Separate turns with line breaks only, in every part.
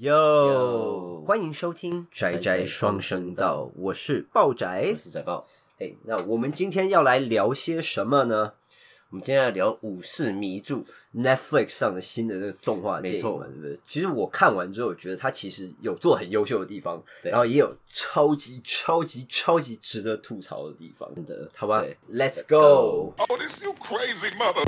哟，欢迎收听《宅宅双声道》，我是爆宅
我。是宅豹。
哎，那我们今天要来聊些什么呢
我们今天来聊《武士迷住》，
？Netflix 上的新的这个动画电影嘛，
没错
对不对？其实我看完之后，我觉得它其实有做很优秀的地方，
对
然后也有超级超级超级值得吐槽的地方。真的，好吧
对
，Let's
Let's
go
go。
Oh, this you crazy mother.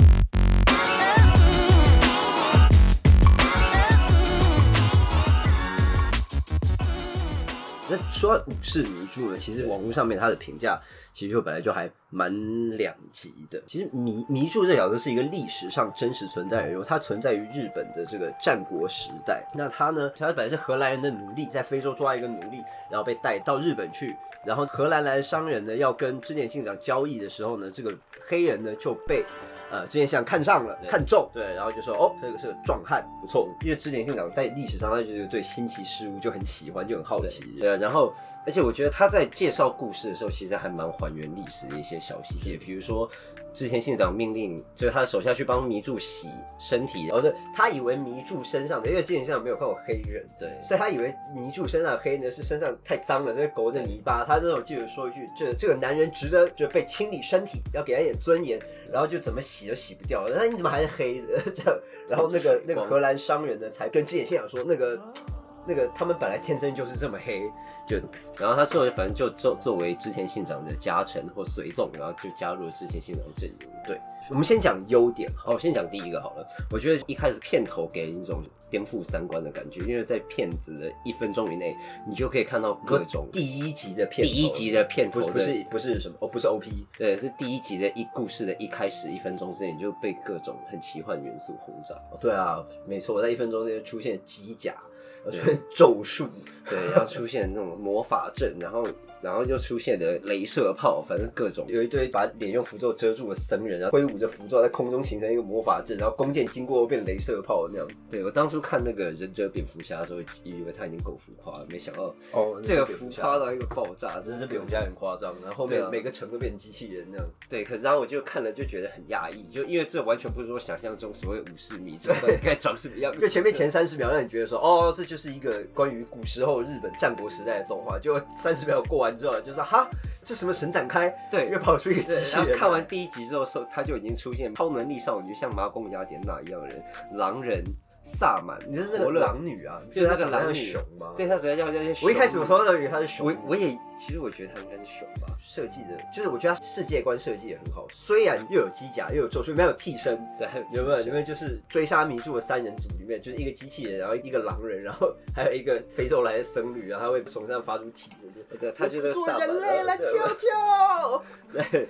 那说到武士迷住呢，其实网络上面它的评价其实就本来就还蛮两极的。其实迷迷住这个角色是一个历史上真实存在的人物，它存在于日本的这个战国时代。那他呢，他本来是荷兰人的奴隶，在非洲抓一个奴隶，然后被带到日本去。然后荷兰来的商人呢，要跟织田信长交易的时候呢，这个黑人呢就被呃，之前想看上了，
对
看中，对，然后就说哦，这个是个壮汉，不错。因为之前县长在历史上，他就是对新奇事物就很喜欢，就很好奇。
对啊，然后而且我觉得他在介绍故事的时候，其实还蛮还原历史的一些小细节，比如说之前县长命令就是他的手下去帮迷住洗身体，
然后呢，他以为迷住身上的，因为之前县长没有看过黑人，
对，
所以他以为迷住身上的黑呢是身上太脏了，这个狗着泥巴。他这种记得说一句，这这个男人值得就被清理身体，要给他一点尊严，然后就怎么洗都洗不掉。那你怎么还是黑的？ 这样，然后那个那个荷兰商人呢，才跟之前县长说那个。那个他们本来天生就是这么黑，就
然后他最后反正就作作为之前县长的家臣或随从，然后就加入了之前县长的阵营。
对，我们先讲优点好
好，我先讲第一个好了。我觉得一开始片头给人一种颠覆三观的感觉，因为在片子的一分钟以内，你就可以看到各种
第一集的
第
片头，
一集的片
不
头
是
的
不是不是什么哦，不是 OP，
对，是第一集的一故事的一开始一分钟之内，你就被各种很奇幻元素轰炸。
哦对啊，没错，我在一分钟内出现机甲，出现 咒术，
对，然后出现那种魔法阵，然后然后又出现的镭射炮，反正各种。
有一堆把脸用符咒遮住的僧人，然后挥舞着符咒在空中形成一个魔法阵，然后弓箭经过变镭射炮那样。
对我当初看那个忍者蝙蝠侠的时候，以为他已经够浮夸了，没想到
哦
这个浮夸到一个爆炸，真
真
是
是
给
比
我
我们家人夸张，然后后
对
面
啊
每个城都变成机器人那样。
对。可是然后我就看了就觉得很讶异，就因为这完全不是我想象中所谓武士迷住到底该长什么样 子。
就前面前三十秒让你觉得说，哦，这就是一个关于古时候日本战国时代的动画，就三十秒过完之后，就说哈，这什么神展开，
对
又跑出一个机
对，
器
然
人啊来，
后看完第一集之后，说他就已经出现超能力少女，像麻宫雅典娜一样的人，狼人、萨满，
你就是那个
伯乐
狼女啊，
就是那个
长得像
狼女
熊吗？
对，他主要叫叫
我一开始我，说以为他是熊，
我我也其实我觉得他应该是熊吧，
设计的，就是我觉得他世界观设计也很好，虽然又有机甲又有咒术，没有替身。
对，还有
有没有？
机
有没有就是追杀迷住的三人组里面，就是一个机器人，然后一个狼人，然后还有一个非洲来的僧侣，然后他会从身上发出体，就是
械对，他就是
做
萨满
人类来救
对
救。
对，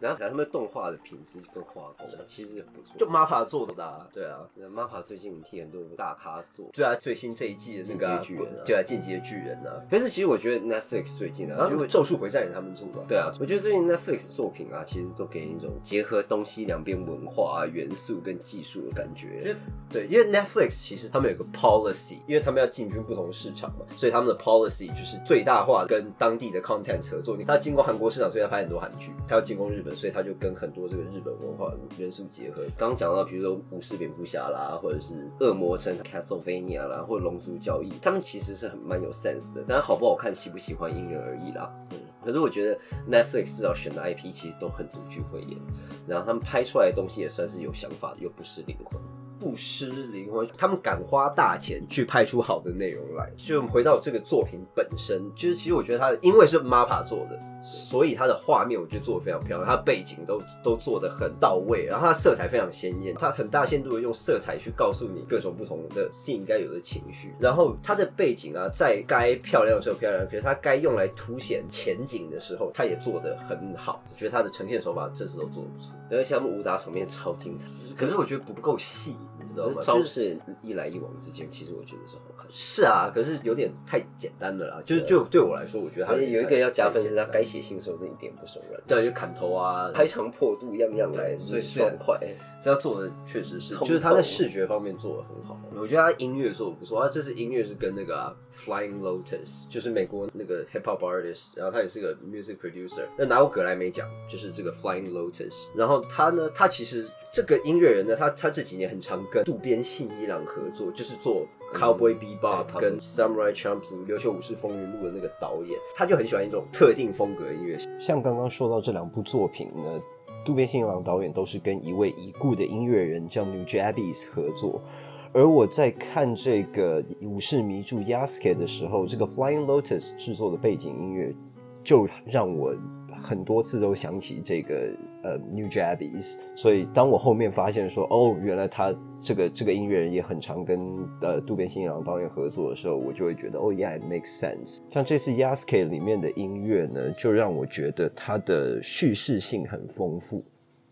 然后然后他们动画的品质跟画工其实不错，
就 MAPPA 做的、啊，对啊，
那 MAPPA 最近替很多大咖做，
对啊，最新这一季的那个、
进击的巨人啊
对啊，进击的巨人啊，
可是其实我觉得 Netflix 最近
然
啊，
后
就
那个
会
咒术回战也是他们做的啊、
对啊，我觉得最近 Netflix 作品啊，其实都给人一种结合东西两边文化、啊、元素跟技术的感
因为
觉。
对，因为 Netflix 其实他们有个 policy，因为他们要进军不同市场嘛，所以他们的 policy 就是最大化跟当地的 content 合作。他进攻韩国市场，所以他拍很多韩剧；他要进攻日本，所以他就跟很多这个日本文化元素结合。
刚讲到，比如说《武士蝙蝠侠》啦，或者是《恶魔城》（Castlevania） 啦，或者《龙族交易》，他们其实是很蛮有 sense 的。但好不好看、喜不喜欢，因人而异啦。嗯，可是我觉得 Netflix 至少选的 IP 其实都很独具慧眼，然后他们拍出来的东西也算是有想法的，又不失灵魂。
不失灵魂，他们敢花大钱去拍出好的内容来。就我们回到这个作品本身，就是其实我觉得它的，因为是 MAPPA 做的，所以它的画面我觉得做的非常漂亮，它的背景都都做的很到位，然后它的色彩非常鲜艳，它很大限度的用色彩去告诉你各种不同的 scene 应该有的情绪。然后它的背景啊，在该漂亮的时候漂亮，可是它该用来凸显前景的时候，它也做的很好。我觉得它的呈现手法这次都做的不错，
而且他呃们武打场面超精彩，
可是我觉得不够细，你知道
可
吗
呃是？
就
招
是
式一来一往之间，其实我觉得是好看的。
是啊，可是有点太简单了啦。就是就对我来说，我觉得他
而且呃有一个要加分是他该
该
写信的时候，这一点不手软。
对啊就砍头啊，
开肠破肚，样样来，所以爽快。
这他做的确实是，
通透
就是他在视觉方面做的很好。我觉得他音乐做的不错，他这次音乐是跟那个啊、Flying Lotus，就是美国那个 hip hop artist，然后他也是个 music producer，那拿过格莱美奖，就是这个 Flying Lotus。然后他呢，他其实这个音乐人呢，他他这几年很常跟渡边信一郎合作，就是做。
嗯
Cowboy Bebop
对
跟 Samurai Champloo 琉球武士风云录的那个导演，他就很喜欢一种特定风格的音乐。
像刚刚说到这两部作品呢，渡边信郎导演都是跟一位已故的音乐人叫 New Jabbies 合作。而我在看这个《武士迷住 Yasuke》的时候，这个 Flying Lotus 制作的背景音乐，就让我很多次都想起这个呃 New Jabbies。所以当我后面发现说，哦，原来他这个这个音乐人也很常跟呃渡边信郎导演合作的时候，我就会觉得，哦，yeah，it makes sense。像这次 Yasuke 里面的音乐呢，就让我觉得它的叙事性很丰富。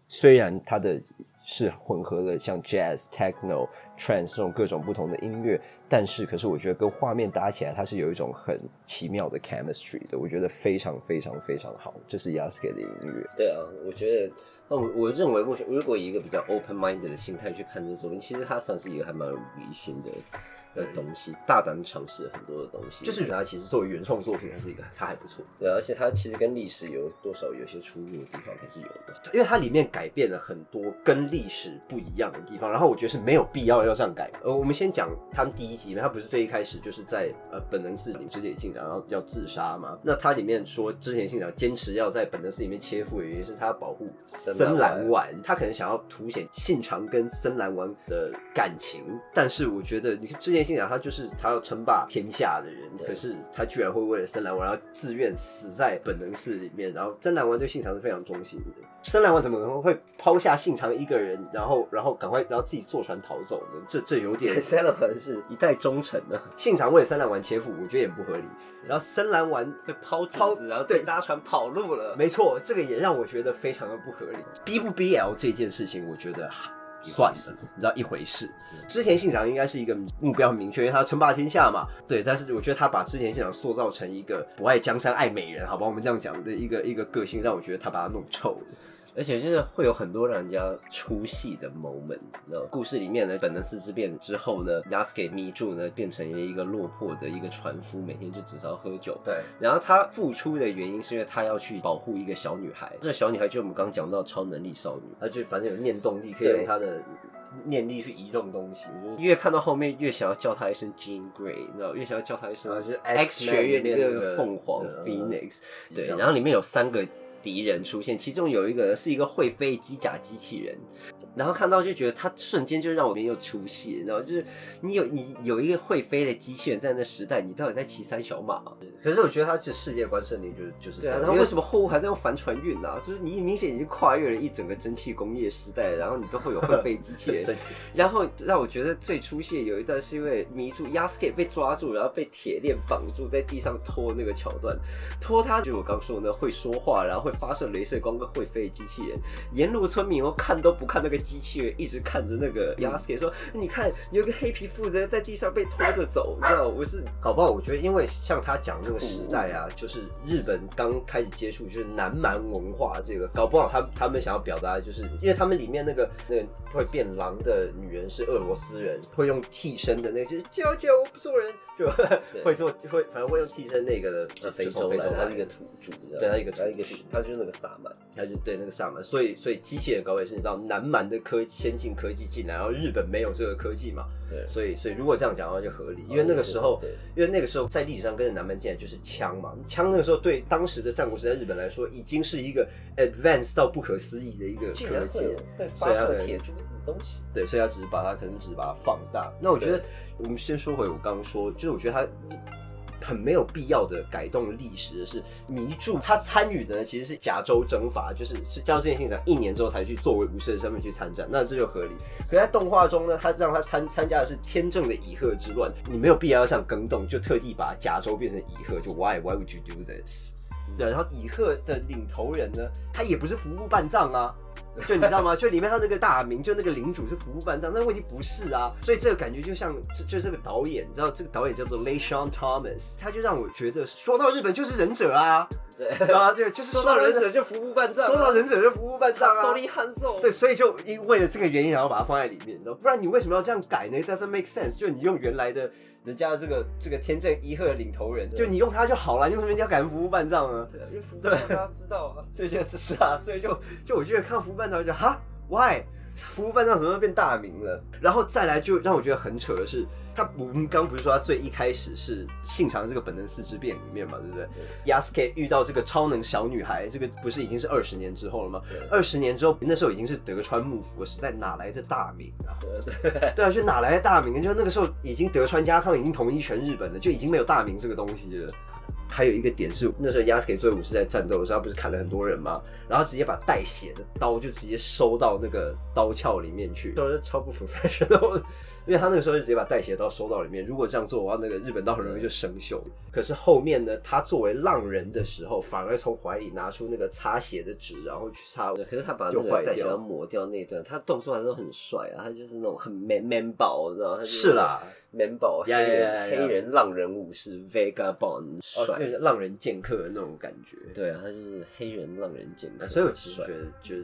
虽然它的是混合了像 jazz、techno、trance 这种各种不同的音乐，但是可是我觉得跟画面搭起来，它是有一种很奇妙的 chemistry 的，我觉得非常非常非常好。这是 Yasuke 的音乐，
对啊，我觉得，那我我认为目前如果以一个比较 open minded 的心态去看这个作品，其实它算是一个还蛮有迷信的呃东西，大胆尝试很多的东西，
就是他其实作为原创作品，还是一个他还不错，
对啊、而且它其实跟历史有多少有些出入的地方还是有的。
因为它里面改变了很多跟历史不一样的地方，然后我觉得是没有必要要这样改。呃，我们先讲他们第一集里面，他不是最一开始就是在呃本能寺里织田信长然后要自杀嘛？那它里面说织田信长坚持要在本能寺里面切腹，的原因是他要保护森
森
兰
兰
丸，他可能想要凸显信长跟森兰丸的感情，但是我觉得你看织田信长他就是他要称霸天下的人，
对
可是他居然会为了森兰丸然后自愿死在本能寺里面，然后森兰丸对信长是非常忠心的。深蓝丸怎么可能会抛下信长一个人，然后然后赶快然后自己坐船逃走呢？这这有点
塞勒凡是一代忠臣啊呢、
信长为了深蓝丸切腹，我觉得也不合理。然后深蓝丸
会抛
抛
抛子，然后
对
对搭船跑路了。
没错，这个也让我觉得非常的不合理。B 不 BL 这件事情，我觉得哈
一回事
算了，你知道一回事。之前信长应该是一个目标很明确，因为他称霸天下嘛。对，但是我觉得他把之前信长塑造成一个不爱江山爱美人，好吧，我们这样讲的一个一个个性，让我觉得他把他弄臭了。
而且就是会有很多让人家出戏的 moment，你知道吗故事里面呢，本能寺之变之后呢，Yasuke 迷住呢变成了一个落魄的一个船夫，每天就只知道喝酒。
对，
然后他付出的原因是因为他要去保护一个小女孩，这个小女孩就是我们刚讲到超能力少女。
他就反正有念动力，可以
对
用他的念力去移动东西。
越看到后面，越想要叫她一声 Jean Grey，你知道，越想要叫她一声
啊就是
呃 X
X-Men
学院
里
那
面那个
个凤凰
嗯
Phoenix，对，
样
然后里面有三个敌人出现，其中有一个是一个会飞机甲机器人，然后看到就觉得他瞬间就让我们又出戏，你知道，就是你有你有一个会飞的机器人在那时代，你到底在骑三小马？
可是我觉得他这世界观设定就是就是这
对啊
样，，
然后
因
为什么货物还在用帆船运呢、就是你明显已经跨越了一整个蒸汽工业时代，然后你都会有会飞机器人
真，
然后让我觉得最出戏的有一段是因为迷住 Yasuke 被抓住，然后被铁链绑住在地上拖那个桥段，拖他就我刚说呢会说话，然后会发射镭射光跟会飞的机器人，沿路村民哦看都不看那个机器人，一直看着那个
嗯
Yasuke 说：“你看有个黑皮肤的在地上被拖着走，你知道我是
搞不好我觉得，因为像他讲那个时代啊，就是日本刚开始接触就是南蛮文化这个，搞不好他他们想要表达的就是，因为他们里面那个那
呃
个会变狼的女人是俄罗斯人，会用替身的那个就是救救我不做人，就
对
会做会反正会用替身那个的，呃就
非
从
洲
非
来
洲
的，他
来
是一个土著，你知道吗
对他一个土著
他一个他就是那个萨满。”
他就对那个萨满，所以所以机器人搞卫是你知道南蛮的科先进科技进来，然后日本没有这个科技嘛，
对
所以所以如果这样讲的话就合理，因为那个时候
哦对，
因为那个时候在历史上跟着南蛮进来就是枪嘛，枪那个时候对当时的战国时代日本来说已经是一个 advanced 到不可思议的一个
竟
科
然
技
会有
了，
对
所
发
以他可
射
能
铁珠子的东西。
对，所以他只是把它可能只是把它放大。那我觉得我们先说回我刚刚说，就是我觉得他。很没有必要的改动历史的是，迷住他参与的呢其实是甲州征伐，就是是加州这件信长一年之后才去作为武士的身份去参战，那这就合理。可在动画中呢，他让他参参加的是天正的乙贺之乱，你没有必要要像更动，就特地把甲州变成乙贺，就 why why would you do this？对，然后乙贺的领头人呢，他也不是服部半藏啊，就你知道吗？就里面他那个大名，就那个领主是服部半藏，但问题不是啊，所以这个感觉就像，就就这个导演，你知道这个导演叫做 LeSean Thomas，他就让我觉得说到日本就是忍者啊，
对，
啊，对，就是
说
说
到
到
忍
忍
者
者，
就服部半藏啊，
说到忍者就服部半藏啊
多。利汉兽，
对，所以就因为了这个原因，然后把它放在里面，你知道，不然你为什么要这样改呢？It？Doesn't make sense。就你用原来的人家的这个这个天正一贺的领头人，就你用他就好了，你为什么一定要改服部半藏呢？
对，因为服部半藏大家知道啊。
所以就是啊，所以就就我觉得看福半导就哈 why，服务班长怎么会变大名了？然后再来就让我觉得很扯的是，他我们刚不是说他最一开始是信长这个本能四之变里面嘛，对不对？Yasuke 遇到这个超能小女孩，这个不是已经是二十年之后了吗？二十年之后，那时候已经是德川幕府时代，哪来的大名啊？对啊，就哪来的大名？就那个时候已经德川家康已经统一全日本了，就已经没有大名这个东西了。还有一个点是，那时候 Yasuke 最后武士在战斗的时候，他不是砍了很多人吗？然后直接把带血的刀就直接收到那个刀鞘里面去，就是超不 professional，因为他那个时候就直接把带血的刀收到里面。如果这样做的话，那个日本刀很容易就生锈。可是后面呢，他作为浪人的时候，反而从怀里拿出那个擦血的纸，然后去擦。
对，可是他把那
就坏
个带血
掉
要抹掉那一段，他动作还是都很帅啊，他就是那种很 man man 宝，你知道吗？他就是
啦，
，man 宝，黑
呀呀呀
人
呀呀
黑人浪人武士 Vega Bond
哦，
帅
有，点浪人剑客的那种感觉。
对啊，他就是黑人浪人剑客，
所以我其实
帅
觉得，觉得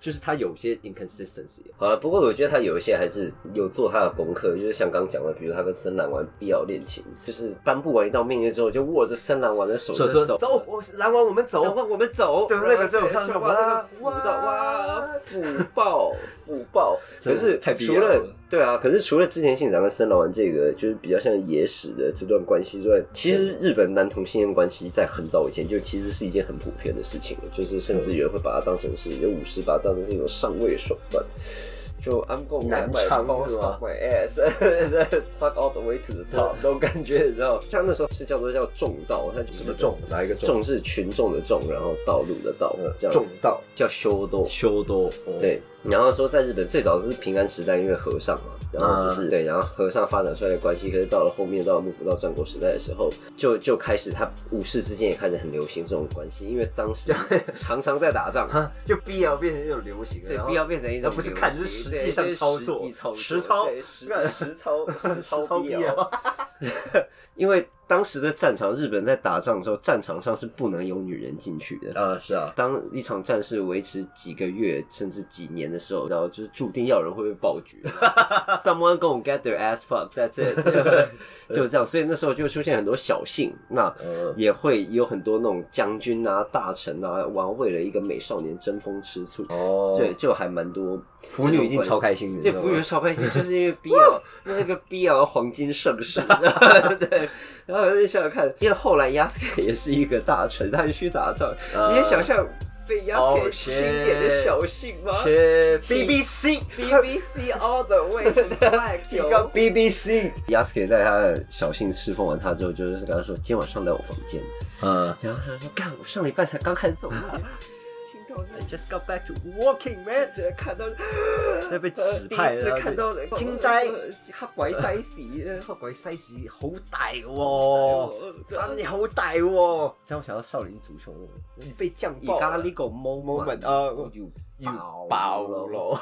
就是他有些 inconsistency，
好了，不过我觉得他有一些还是有做他的功课，就是像刚讲的，比如他跟深蓝丸必要恋情，就是颁布完一道命令之后，就握着深蓝丸的手
手
就
说
走，
走，我蓝王我们
蓝
走，
呃丸我们走，
对那个最有看头
哇，那
哇
个福到
哇
哇，福 报福报，可
真的
是
太必
除
要
了
了
对啊，可是除了之前信长跟深蓝丸这个就是比较像野史的这段关系之外，其实日本男同性恋关系在很早以前就其实是一件很普遍的事情了，就是甚至有人会把它当成是有武士把它当成是一种上位手段。就 I'm going to
南
my
昌
balls
是
fuck
吧
my ass fuck all the way to the top 那种感觉，你知道？像那时候是叫做叫重道，它什
什么众？哪一个众？
重是群众的众，然后道路的道，叫
众道
叫修道。
嗯修多，哦
对，然后说在日本最早是平安时代，因为和尚嘛，然
啊
后就是、对，然后和尚发展出来的关系，可是到了后面到了幕府到战国时代的时候，就就开始他武士之间也开始很流行这种关系，因为 当时常常在打仗，
啊，就 BL 变成一种流行了，
对
然，后
不要变成一种
那不是
流
看是
行
实
对
际上
对
操
实
作
际操作，
实操
对实实操实操
超
必
BL
要。因为当时的战场，日本在打仗的时候，战场上是不能有女人进去 的。
啊，是啊，
当一场战事维持几个月甚至几年的时候，然后就是注定要有人会被爆 菊。Someone gonna get their ass fucked, that's it，就这 样。所以那时候就出现很多小姓，那
呃
也会有很多那种将军啊、大臣啊，玩为了一个美少年争风吃醋。
哦，
对，就还蛮多
腐女一定超开心的，
对，
你知道
腐
吗
女超开心，就是因为 BL 那个 BL 黄金盛 世，对。然后我就想想看，因为后来 Yasuke 也是一个大臣，他就去打仗，
啊
你也想象被 Yasuke
Oh,
钦点的
shit
小幸吗
切 BBC，
？BBC all the way to black
一
yo
个 BBC，
Yasuke 在他的小幸侍奉完他之后，就是跟他说：“今晚上来我房间。
嗯”
然后他就说：“干，我上礼拜才刚开始 走路，啊听到这
，I just got back to walking man，
个看到。”
在被
呃
指
第
派
一
了，
次
然后
看
就
到
惊呆，
黑鬼西呃屎，
黑鬼西屎好大喎，哎真係好大喎，让我想到少林足球那种，被酱爆了，
而家呢個 moment
moment 啊
我要
又
爆
爆
咯，
了。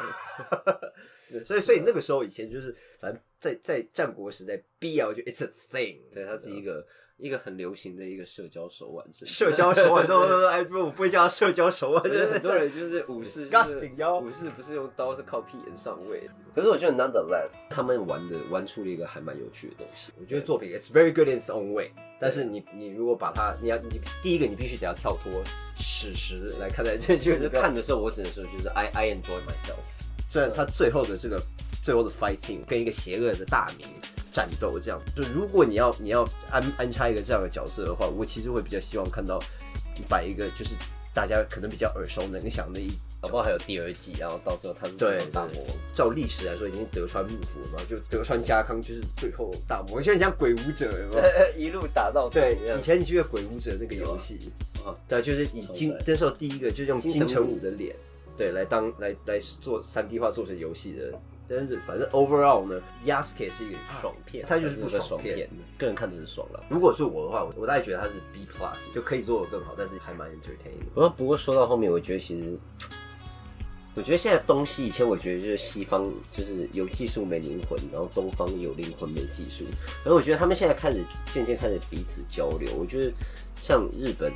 所以，所以那个时候以前就是，反正在在战国时代，BL 就 it's a thing，
对，它是一个一个很流行的一个社交手腕，真的
社交手腕，都 都都，哎，不，我不会叫他社交手腕，
我
就
觉得
是
很多人 就是武 士，就是
Disgusting，哟
武士不是用刀，是靠屁眼上位。可是我觉得 nonetheless，他们玩的玩出了一个还蛮有趣的东西。
我觉得作品 it's very good in its own way，但是你你如果把它，你要你第一个你必须得要跳脱史实来看待，这就
就是是
看，
看的时候，我只能说就是 I I enjoy myself。
虽然他最后的这个最后的 fighting 跟一个邪恶的大名。战斗这样，就如果你要你要安安插一个这样的角色的话，我其实会比较希望看到你把一个就是大家可能比较耳熟能详的一
搞不好还有第二季，然后到时候他是
对
这种大魔王。
照历史来说，已经是德川幕府了嘛，就德川家康就是最后大魔王，现在讲鬼武者有没有？
一路打 到
对
底这，样
以前你记得鬼武者那个游戏
有啊，
对，就是以金
超帅
那时候第一个就用
金
金城
城武
武的脸，对，来当来来做三 D 化做成游戏的。但是反正 overall 呢，Yasuke 是一个爽。
爽片，啊
它就是部
个
爽
爽
片
片，个人看的是爽了。
如果是我的话，我我大概觉得他是 B plus，就可以做的更好，但是还蛮 entertaining 的。
嗯不过不过说到后面，我觉得其实，我觉得现在东西以前我觉得就是西方就是有技术没灵魂，然后东方有灵魂没技术，然后我觉得他们现在开始渐渐开始彼此交流。我觉得像日本。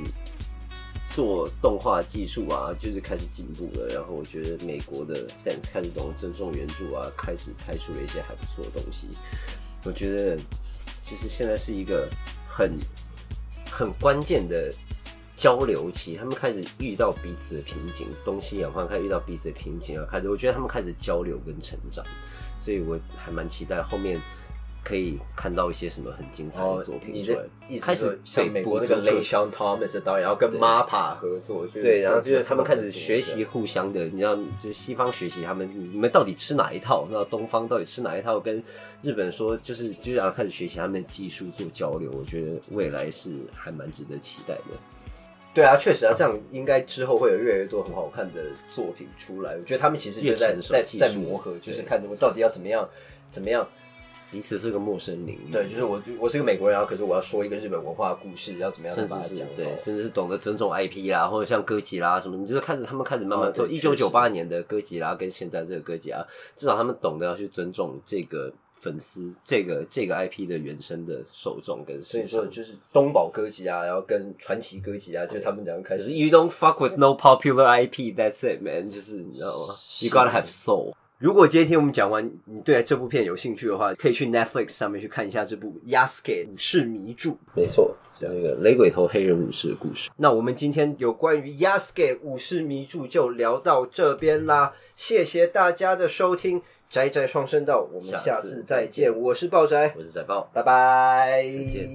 做动画技术啊，就是开始进步了。然后我觉得美国的 Sense 开始懂尊重原著啊，开始拍出了一些还不错的东西。我觉得就是现在是一个很很关键的交流期，他们开始遇到彼此的瓶颈，东西两方开始遇到彼此的瓶颈啊，开始我觉得他们开始交流跟成长，所以我还蛮期待后面可以看到一些什么很精彩的作品
哦你
出
的
来，
意思
开
是
始
像
被
美
播
国那
出
个 l a s h a n Thomas 的导演，然后跟 MAPA 合作，就
对，然后就是他们开始学习互相的，你知道，就是西方学习他们，你们到底吃哪一套？那东方到底吃哪一套？跟日本说，就是就是要开始学习他们的技术做交流，我觉得未来是还蛮值得期待的。
对啊，确实啊，这样应该之后会有越来越多很好看的作品出来。我觉得他们其实就在
越成熟
在
技术
在磨合，就是看我到底要怎么样怎么样。
彼此是个陌生领域，
对，就是我我是个美国人，然后可是我要说一个日本文化的故事，要怎么样才
甚
把
至
它
是
讲哦好？
对，甚至是懂得尊重 IP 啦，或者像哥吉拉什么，你就是开始他们开始慢慢
哦
做
对
一
确
九
实
九八年的哥吉拉跟现在这个哥吉拉，至少他们懂得要去尊重这个粉丝这个这个 IP 的原生的受众跟
所以
市
说
场。
就是东宝歌吉啊，然后跟传奇歌吉啊，就是他们两个开
就是
始
you don't fuck with no popular IP, that's it, man。就是你知道吗？You gotta have soul。
如果今天我们讲完，你对这部片有兴趣的话，可以去 Netflix 上面去看一下这部《Yasuke 武士迷住》。
没错，讲一个雷鬼头黑人武士的故事。
那我们今天有关于 Yasuke 武士迷住就聊到这边啦，谢谢大家的收听，宅宅双声道，我们
下
下
次
次
再
再见，我是暴宅
我，是仔豹。
拜拜，
见